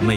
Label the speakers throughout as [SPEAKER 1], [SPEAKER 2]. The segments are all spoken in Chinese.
[SPEAKER 1] 每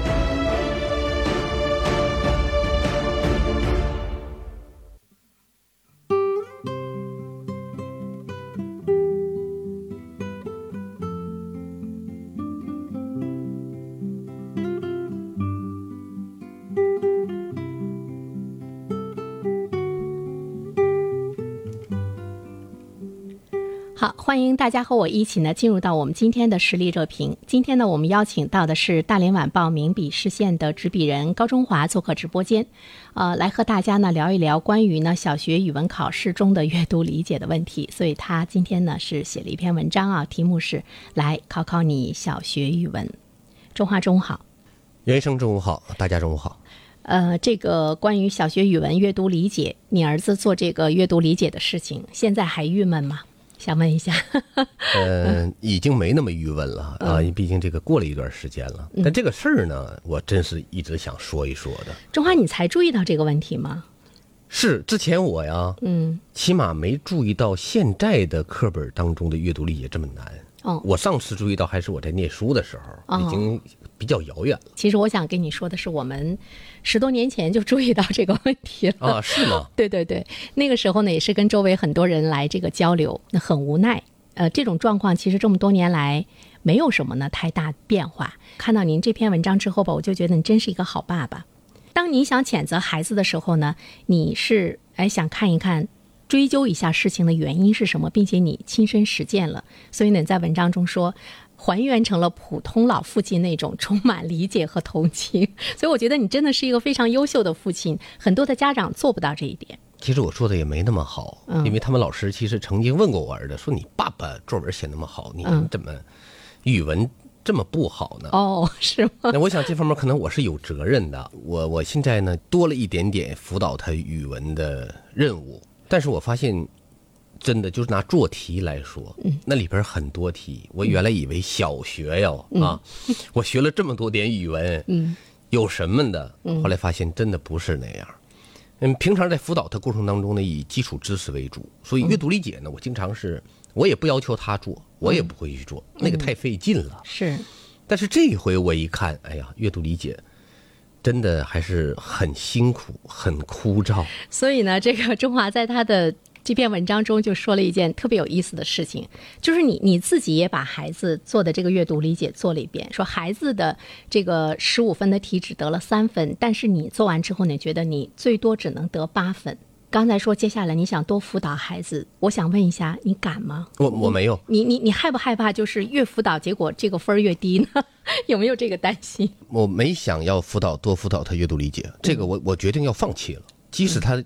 [SPEAKER 2] 好，欢迎大家和我一起呢进入到我们今天的实力热评。今天呢，我们邀请到的是大连晚报名笔视线的执笔人高中华做客直播间，呃，来和大家呢聊一聊关于呢小学语文考试中的阅读理解的问题。所以他今天呢是写了一篇文章啊，题目是“来考考你小学语文”。中华中午好。
[SPEAKER 3] 袁医生，中午好，大家中午好。
[SPEAKER 2] 呃，这个关于小学语文阅读理解，你儿子做这个阅读理解的事情，现在还郁闷吗？想问一下，
[SPEAKER 3] 嗯、已经没那么郁闷了啊，毕竟这个过了一段时间了。但这个事儿呢，我真是一直想说一说的。
[SPEAKER 2] 中华，你才注意到这个问题吗？
[SPEAKER 3] 是之前我呀，
[SPEAKER 2] 嗯，
[SPEAKER 3] 起码没注意到现在的课本当中的阅读理解这么难。
[SPEAKER 2] 哦
[SPEAKER 3] 我上次注意到还是我在念书的时候，已经比较遥远了
[SPEAKER 2] 其实我想跟你说的是，我们十多年前就注意到这个问题了。
[SPEAKER 3] 啊， 是吗？
[SPEAKER 2] 对对对，那个时候呢，也是跟周围很多人来这个交流，那很无奈。呃，这种状况其实这么多年来没有什么呢太大变化。看到您这篇文章之后吧，我就觉得你真是一个好爸爸。当你想谴责孩子的时候呢，你是哎想看一看。追究一下事情的原因是什么，并且你亲身实践了，所以呢，在文章中说，还原成了普通老父亲那种充满理解和同情。 所以我觉得你真的是一个非常优秀的父亲，很多的家长做不到这一点。
[SPEAKER 3] 其实我说的也没那么好，因为他们老师其实曾经问过我儿子，说你爸爸作文写那么好，你怎么语文这么不好呢？
[SPEAKER 2] 哦，是吗？
[SPEAKER 3] 那我想这方面可能我是有责任的。我我现在呢多了一点点辅导他语文的任务，但是我发现，真的就是拿做题来说，那里边很多题，我原来以为小学呀、啊， 我学了这么多年语文，嗯，有什么的？后来发现真的不是那样。嗯，平常在辅导他过程当中呢，以基础知识为主，所以阅读理解呢，我经常是，我也不要求他做，我也不会去做，那个太费劲了。
[SPEAKER 2] 是，
[SPEAKER 3] 但是这一回我一看，哎呀，阅读理解真的还是很辛苦、很枯燥。
[SPEAKER 2] 所以呢，这个中华在他的这篇文章中就说了一件特别有意思的事情，就是你你自己也把孩子做的这个阅读理解做了一遍，说孩子的这个十五分的题只得了三分，但是你做完之后，你觉得你最多只能得八分。刚才说接下来你想多辅导孩子，我想问一下，你敢吗？
[SPEAKER 3] 我我没有，
[SPEAKER 2] 你你你害不害怕？就是越辅导，结果这个分儿越低呢？ 有没有这个担心？
[SPEAKER 3] 我没想要辅导多辅导他阅读理解，这个我我决定要放弃了。即使他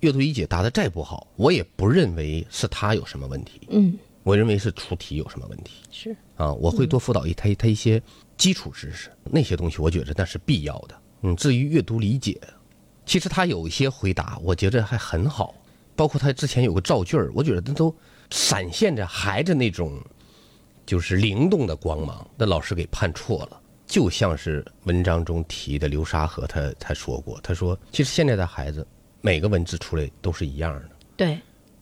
[SPEAKER 3] 阅读理解答的再不好，我也不认为是他有什么问题，
[SPEAKER 2] 嗯，
[SPEAKER 3] 我认为是出题有什么问题
[SPEAKER 2] 是。
[SPEAKER 3] 啊。我会多辅导一他他一些基础知识，那些东西我觉得那是必要的。嗯，至于阅读理解，其实他有一些回答，我觉得还很好，包括他之前有个造句儿，我觉得那都闪现着孩子那种就是灵动的光芒。那老师给判错了，就像是文章中提的流沙河他他说过，他说其实现在的孩子每个文字出来都是一样的，
[SPEAKER 2] 对，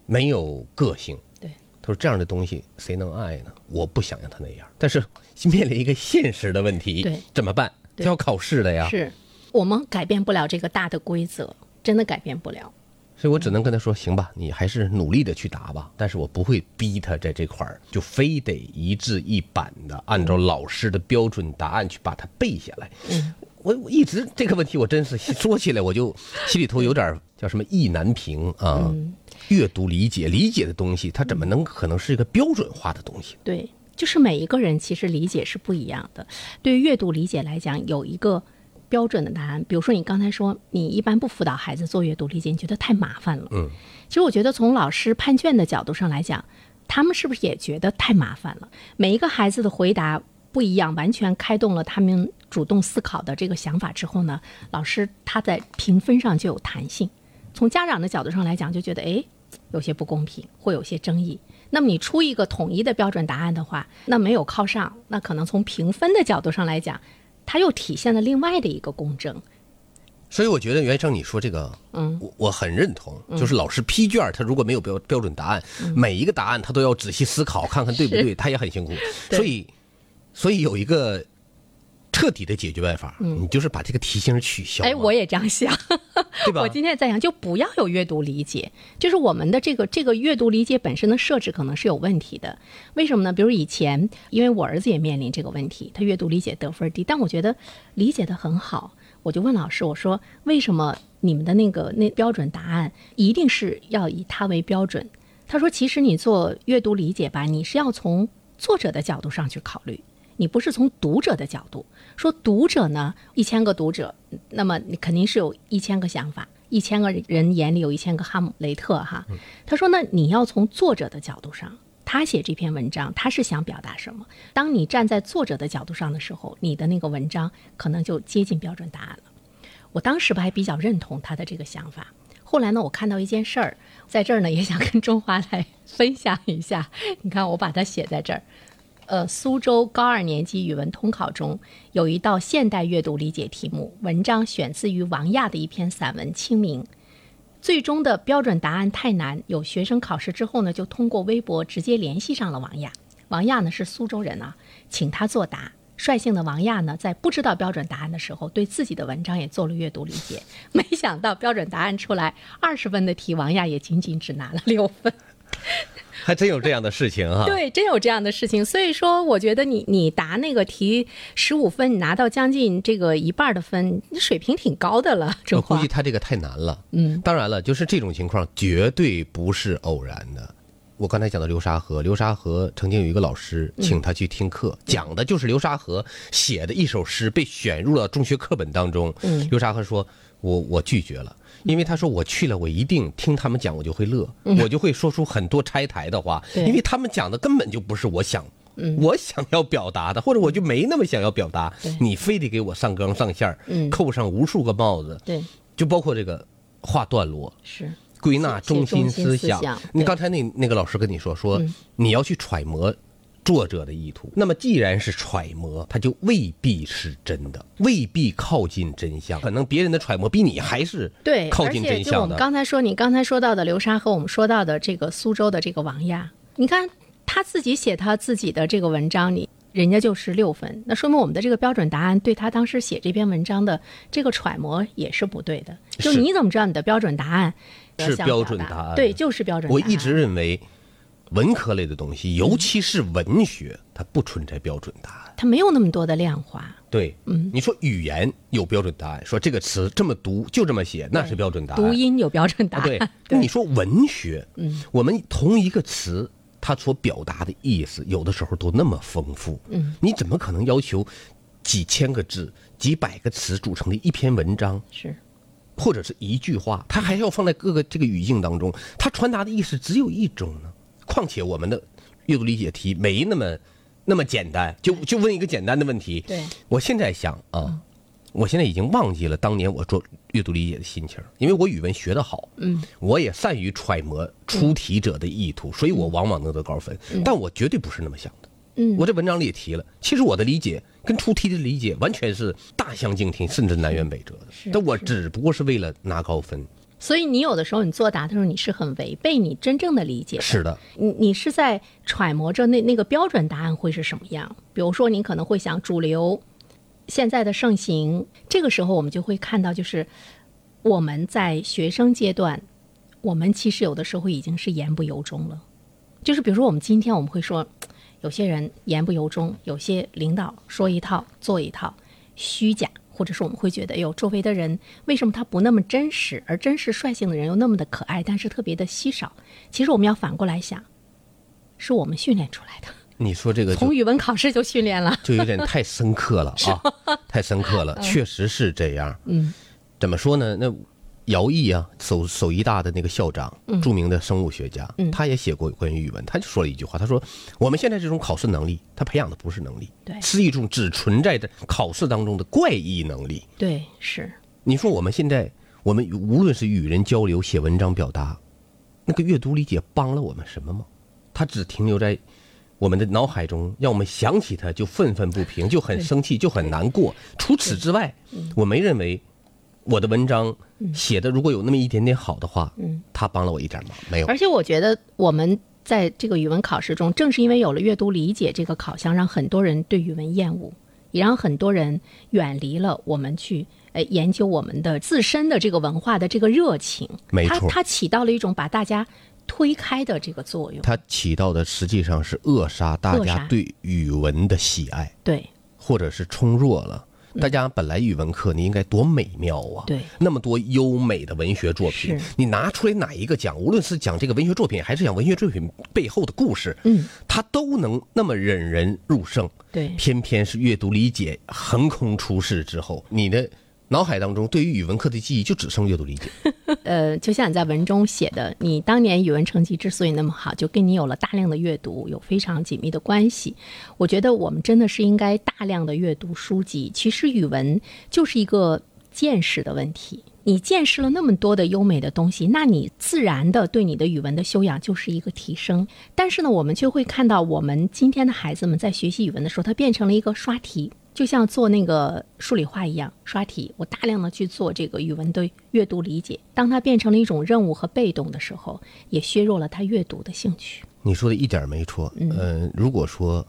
[SPEAKER 3] 没有个性。
[SPEAKER 2] 对，
[SPEAKER 3] 他说这样的东西谁能爱呢？我不想让他那样，但是面临一个现实的问题，
[SPEAKER 2] 对
[SPEAKER 3] 怎么办？他要考试的呀，
[SPEAKER 2] 是我们改变不了这个大的规则，真的改变不了。
[SPEAKER 3] 所以我只能跟他说，行吧，你还是努力的去答吧，但是我不会逼他在这块儿就非得一字一板的按照老师的标准答案去把它背下来。
[SPEAKER 2] 嗯
[SPEAKER 3] 我我一直这个问题，我真是说起来我就 心里头有点儿叫什么意难平啊。
[SPEAKER 2] 嗯
[SPEAKER 3] 阅读理解理解的东西，它怎么能可能是一个标准化的东西？
[SPEAKER 2] 对，就是每一个人其实理解是不一样的。对于阅读理解来讲，有一个标准的答案。比如说，你刚才说你一般不辅导孩子做阅读理解，你觉得太麻烦了。嗯，其实我觉得从老师判卷的角度上来讲，他们是不是也觉得太麻烦了？每一个孩子的回答不一样，完全开动了他们主动思考的这个想法之后呢，老师他在评分上就有弹性。从家长的角度上来讲，就觉得诶有些不公平，会有些争议。那么你出一个统一的标准答案的话，那没有靠上，那可能从评分的角度上来讲，它又体现了另外的一个公正。
[SPEAKER 3] 所以我觉得袁医生你说这个，嗯，我我很认同，就是老师批卷儿他如果没有标标准答案，每一个答案他都要仔细思考，看看对不对，他也很辛苦。
[SPEAKER 2] 对
[SPEAKER 3] 所以，所以有一个彻底的解决办法，你就是把这个题型取消嘛，
[SPEAKER 2] 哎，我也这样想。
[SPEAKER 3] 对吧
[SPEAKER 2] 我？今天在想，就不要有阅读理解，就是我们的这个这个阅读理解本身的设置可能是有问题的。为什么呢？比如以前，因为我儿子也面临这个问题，他阅读理解得分低，但我觉得理解的很好，我就问老师，我说为什么你们的那个那标准答案一定是要以它为标准？他说，其实你做阅读理解吧，你是要从作者的角度上去考虑。你不是从读者的角度说，读者呢，一千个读者，那么你肯定是有一千个想法，一千个人眼里有一千个哈姆雷特哈。他说呢，你要从作者的角度上，他写这篇文章，他是想表达什么？当你站在作者的角度上的时候，你的那个文章可能就接近标准答案了。我当时吧还比较认同他的这个想法。后来呢，我看到一件事儿，在这儿呢也想跟中华来分享一下。你看，我把它写在这儿。呃，苏州高二年级语文通考中有一道现代阅读理解题目，文章选自于王亚的一篇散文《清明》。最终的标准答案太难，有学生考试之后呢，就通过微博直接联系上了王亚。王亚呢是苏州人啊，请他作答。率性的王亚呢，在不知道标准答案的时候，对自己的文章也做了阅读理解。没想到标准答案出来，二十分的题，王亚也仅仅只拿了六分。
[SPEAKER 3] 还真有这样的事情哈。
[SPEAKER 2] 对，真有这样的事情。所以说，我觉得你你答那个题十五分，你拿到将近这个一半儿的分，你水平挺高的了。这
[SPEAKER 3] 我呃估
[SPEAKER 2] 话
[SPEAKER 3] 计他这个太难了。嗯，当然了，就是这种情况绝对不是偶然的。我刚才讲到流沙河，流沙河曾经有一个老师
[SPEAKER 2] 嗯
[SPEAKER 3] 请他去听课，讲的就是流沙河写的一首诗被选入了中学课本当中。嗯，流沙河说：“我我拒绝了，因为他说我去了，我一定听他们讲，我就会乐，我就会说出很多拆台的话，
[SPEAKER 2] 嗯对嗯
[SPEAKER 3] 因为他们讲的根本就不是我想。”我想要表达的，或者我就没那么想要表达
[SPEAKER 2] 对，嗯
[SPEAKER 3] 你非得给我上纲上线儿扣上无数个帽子，
[SPEAKER 2] 对
[SPEAKER 3] 就包括这个画段落、
[SPEAKER 2] 是
[SPEAKER 3] 归纳中心思
[SPEAKER 2] 中心思想
[SPEAKER 3] 你
[SPEAKER 2] 对
[SPEAKER 3] 刚才那那个老师跟你说说，你要去揣摩作者的意图。那么既然是揣摩，它就未必是真的，未必靠近真相。可能别人的揣摩比你还是
[SPEAKER 2] 对，
[SPEAKER 3] 靠近真
[SPEAKER 2] 而且就我
[SPEAKER 3] 相
[SPEAKER 2] 们
[SPEAKER 3] 的。
[SPEAKER 2] 刚才说，你刚才说到的流沙和我们说到的这个苏州的这个王亚，你看他自己写他自己的这个文章，你人家就是六分，那说明我们的这个标准答案对他当时写这篇文章的这个揣摩也是不对的。就是你怎么知道你的标准答案
[SPEAKER 3] 是
[SPEAKER 2] 想
[SPEAKER 3] 标
[SPEAKER 2] 表
[SPEAKER 3] 准
[SPEAKER 2] 达
[SPEAKER 3] 答案
[SPEAKER 2] 对，就是标准答
[SPEAKER 3] 我
[SPEAKER 2] 案。啊
[SPEAKER 3] 一直认为，文科类的东西，尤其是文学，它不存在标准答案。
[SPEAKER 2] 他没有那么多的量化。
[SPEAKER 3] 对，嗯，你说语言有标准答案，说这个词这么读就这么写，那是标准答案。
[SPEAKER 2] 读音有标准答
[SPEAKER 3] 啊，
[SPEAKER 2] 案。
[SPEAKER 3] 对，那你说文学，嗯，我们同一个词，它所表达的意思，有的时候都那么丰富，嗯，你怎么可能要求几千个字、几百个词组成的一篇文章，
[SPEAKER 2] 是
[SPEAKER 3] 或者是一句话，它还要放在各个这个语境当中，它传达的意思只有一种呢？况且我们的阅读理解题没那么那么简单，就就问一个简单的问题。
[SPEAKER 2] 对，
[SPEAKER 3] 我现在想啊，我现在已经忘记了当年我做阅读理解的心情，因为我语文学得好，嗯，我也善于揣摩出题者的意图，所以我往往能得高分，但我绝对不是那么想的。
[SPEAKER 2] 嗯
[SPEAKER 3] 我这文章里也提了，其实我的理解跟出题的理解完全是大相径庭，甚至南辕北辙的。但我只不过是为了拿高分。
[SPEAKER 2] 所以你有的时候你作答的时候，你是很违背你真正的理解的。
[SPEAKER 3] 是的，
[SPEAKER 2] 你你是在揣摩着那那个标准答案会是什么样？比如说，你可能会想主流，现在的盛行，这个时候我们就会看到，就是我们在学生阶段，我们其实有的时候已经是言不由衷了。就是比如说，我们今天我们会说，有些人言不由衷，有些领导说一套做一套，虚假，或者是我们会觉得，哎呦，周围的人为什么他不那么真实，而真实率性的人又那么的可爱，但是特别的稀少？其实我们要反过来想，是我们训练出来的，
[SPEAKER 3] 你说这个就
[SPEAKER 2] 从语文考试就训练了。
[SPEAKER 3] 就有点太 深
[SPEAKER 2] 嗯
[SPEAKER 3] 刻了啊，太深刻了，确实是这样。嗯，怎么说呢？那姚毅啊，首首医大的那个校长，
[SPEAKER 2] 嗯
[SPEAKER 3] 著名的生物学家，他也写过关于语文，他就说了一句话，他说我们现在这种考试能力，他培养的不是能力，
[SPEAKER 2] 对
[SPEAKER 3] 是一种只存在在考试当中的怪异能力。
[SPEAKER 2] 对，是，
[SPEAKER 3] 你说我们现在，我们无论是与人交流、写文章、表达，那个阅读理解帮了我们什么吗？它只停留在我们的脑海中，让我们想起它就愤愤不平，就很生气，就很难过。除此之外，
[SPEAKER 2] 嗯
[SPEAKER 3] 我没认为我的文章写的如果有那么一点点好的话，它帮了我一点忙没有。
[SPEAKER 2] 嗯而且我觉得我们在这个语文考试中，正是因为有了阅读理解这个考项，让很多人对语文厌恶，也让很多人远离了我们去呃研究我们的自身的这个文化的这个热情。
[SPEAKER 3] 没
[SPEAKER 2] 它
[SPEAKER 3] 错
[SPEAKER 2] 它起到了一种把大家推开的这个作用。
[SPEAKER 3] 它起到的实际上是扼杀大
[SPEAKER 2] 扼
[SPEAKER 3] 家
[SPEAKER 2] 杀
[SPEAKER 3] 对语文的喜爱。
[SPEAKER 2] 对
[SPEAKER 3] 或者是冲弱了。
[SPEAKER 2] 嗯
[SPEAKER 3] 大家本来语文课你应该多美妙啊，
[SPEAKER 2] 对
[SPEAKER 3] 那么多优美的文学作品
[SPEAKER 2] 是，
[SPEAKER 3] 你拿出来哪一个讲，无论是讲这个文学作品，还是讲文学作品背后的故事，嗯，它都能那么引人入胜。
[SPEAKER 2] 对
[SPEAKER 3] 偏偏是阅读理解横空出世之后，你的脑海当中对于语文课的记忆就只剩阅读理解。
[SPEAKER 2] 呃，就像你在文中写的，你当年语文成绩之所以那么好，就跟你有了大量的阅读有非常紧密的关系。我觉得我们真的是应该大量的阅读书籍。其实语文就是一个见识的问题，你见识了那么多的优美的东西，那你自然的对你的语文的修养就是一个提升。但是呢，我们却会看到我们今天的孩子们在学习语文的时候，它变成了一个刷题。就像做那个数理化一样，刷题，我大量的去做这个语文的阅读理解。当它变成了一种任务和被动的时候，也削弱了他阅读的兴趣。
[SPEAKER 3] 你说的一点儿没错。嗯、如果说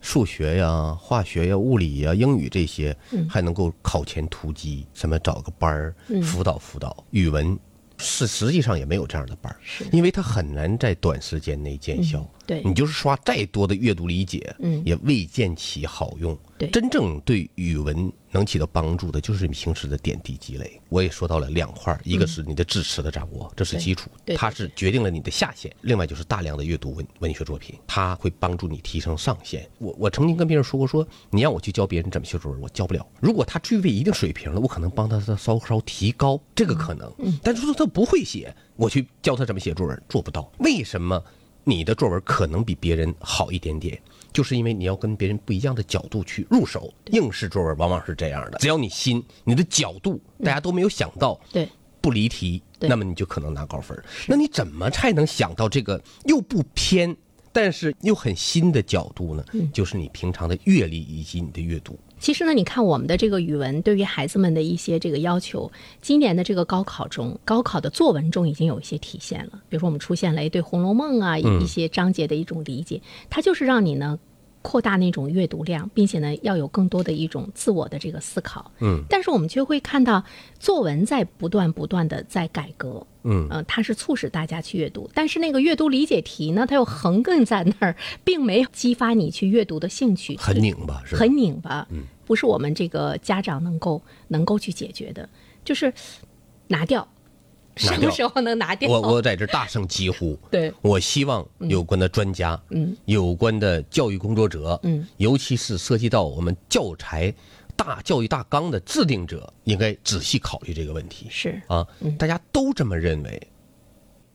[SPEAKER 3] 数学呀、化学呀、物理呀、英语这些，还能够考前突击，什么找个班儿辅导辅导，语文是实际上也没有这样的班儿，因为它很难在短时间内见效。
[SPEAKER 2] 对
[SPEAKER 3] 你就是刷再多的阅读理解，嗯，也未见其好用。
[SPEAKER 2] 对
[SPEAKER 3] 真正对语文能起到帮助的，就是你平时的点滴积累。我也说到了两块儿，一个是你的知识的掌握，这是基础，
[SPEAKER 2] 对对
[SPEAKER 3] 它是决定了你的下限；另外就是大量的阅读文文学作品，它会帮助你提升上限。我我曾经跟别人说过说，你让我去教别人怎么写作文，我教不了。如果他具备一定水平了，我可能帮他稍稍提高，这个可能。
[SPEAKER 2] 嗯
[SPEAKER 3] 但是说他不会写，我去教他怎么写作文，做不到。为什么？你的作文可能比别人好一点点，就是因为你要跟别人不一样的角度去入手。应试作文往往是这样的，只要你新，你的角度大家都没有想到，
[SPEAKER 2] 对，
[SPEAKER 3] 不离题，
[SPEAKER 2] 对
[SPEAKER 3] 那么你就可能拿高分。那你怎么才能想到这个又不偏，但是又很新的角度呢？就是你平常的阅历以及你的阅读。
[SPEAKER 2] 其实呢，你看我们的这个语文对于孩子们的一些这个要求，今年的这个高考中，高考的作文中已经有一些体现了。比如说，我们出现了一对《红楼梦》啊，一一些章节的一种理解，它就是让你呢。扩大那种阅读量，并且呢，要有更多的一种自我的这个思考。嗯，但是我们却会看到作文在不断不断的在改革。嗯，呃，它是促使大家去阅读，但是那个阅读理解题呢，它又横亘在那儿，并没有激发你去阅读的兴趣。
[SPEAKER 3] 很拧巴是吧？嗯
[SPEAKER 2] 很拧巴，不是我们这个家长能够能够去解决的，就是拿掉，
[SPEAKER 3] 拿
[SPEAKER 2] 什
[SPEAKER 3] 掉
[SPEAKER 2] 么时候能拿掉？
[SPEAKER 3] 我我在这大声疾呼，
[SPEAKER 2] 对
[SPEAKER 3] 我希望有关的专家，嗯，有关的教育工作者，嗯，尤其是涉及到我们教材大教育大纲的制定者，应该仔细考虑这个问题
[SPEAKER 2] 是
[SPEAKER 3] 啊。大家都这么认为。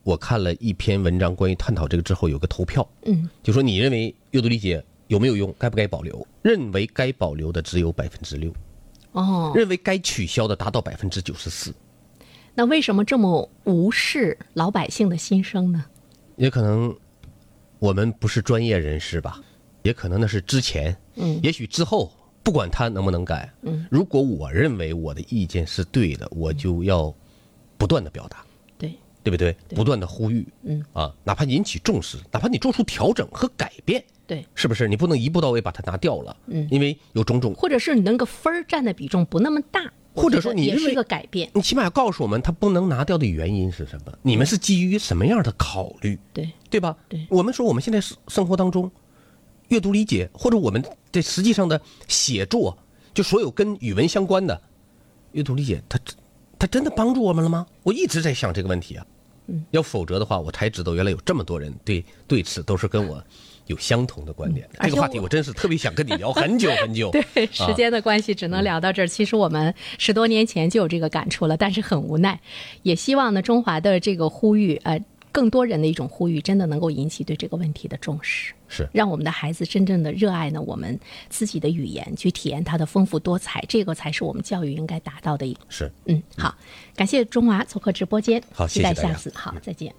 [SPEAKER 3] 我看了一篇文章，关于探讨这个之后有个投票，嗯，就说你认为阅读理解有没有用，该不该保留？认为该保留的只有百分之六，
[SPEAKER 2] 哦，
[SPEAKER 3] 认为该取消的达到百分之九十四。
[SPEAKER 2] 那为什么这么无视老百姓的心声呢？
[SPEAKER 3] 也可能我们不是专业人士吧，也可能那是之前，嗯，也许之后，不管他能不能改，嗯，如果我认为我的意见是对的，我就要不断的表达，
[SPEAKER 2] 对，
[SPEAKER 3] 对不对？不断的呼吁，嗯啊，哪怕引起重视，哪怕你做出调整和改变，
[SPEAKER 2] 对，
[SPEAKER 3] 是不是？你不能一步到位把它拿掉了，嗯，因为有种种，
[SPEAKER 2] 或者是你那个分儿占的比重不那么大，
[SPEAKER 3] 或者
[SPEAKER 2] 我觉
[SPEAKER 3] 说
[SPEAKER 2] 得
[SPEAKER 3] 你
[SPEAKER 2] 也
[SPEAKER 3] 认
[SPEAKER 2] 是
[SPEAKER 3] 为
[SPEAKER 2] 个改变，
[SPEAKER 3] 你起码要告诉我们它不能拿掉的原因是什么？你们是基于什么样的考虑？
[SPEAKER 2] 对
[SPEAKER 3] 对吧？
[SPEAKER 2] 对
[SPEAKER 3] 我们说我们现在生生活当中，阅读理解或者我们这实际上的写作，就所有跟语文相关的阅读理解，它真它真的帮助我们了吗？我一直在想这个问题啊。嗯，要否则的话，我才知道原来有这么多人对对此都是跟我有相同的观点的。
[SPEAKER 2] 而
[SPEAKER 3] 这
[SPEAKER 2] 且
[SPEAKER 3] 个话题我真是特别想跟你聊很久很久。
[SPEAKER 2] 对，时间的关系只能聊到这儿。其实我们十多年前就有这个感触了，但是很无奈。也希望呢，中华的这个呼吁，呃，更多人的一种呼吁，真的能够引起对这个问题的重视，
[SPEAKER 3] 是
[SPEAKER 2] 让我们的孩子真正的热爱呢我们自己的语言，去体验它的丰富多彩。这个才是我们教育应该达到的一个。
[SPEAKER 3] 是。
[SPEAKER 2] 嗯，好，感谢中华做客直播间，
[SPEAKER 3] 好
[SPEAKER 2] 期
[SPEAKER 3] 谢谢
[SPEAKER 2] 待
[SPEAKER 3] 大家嗯
[SPEAKER 2] 下次，好，再见。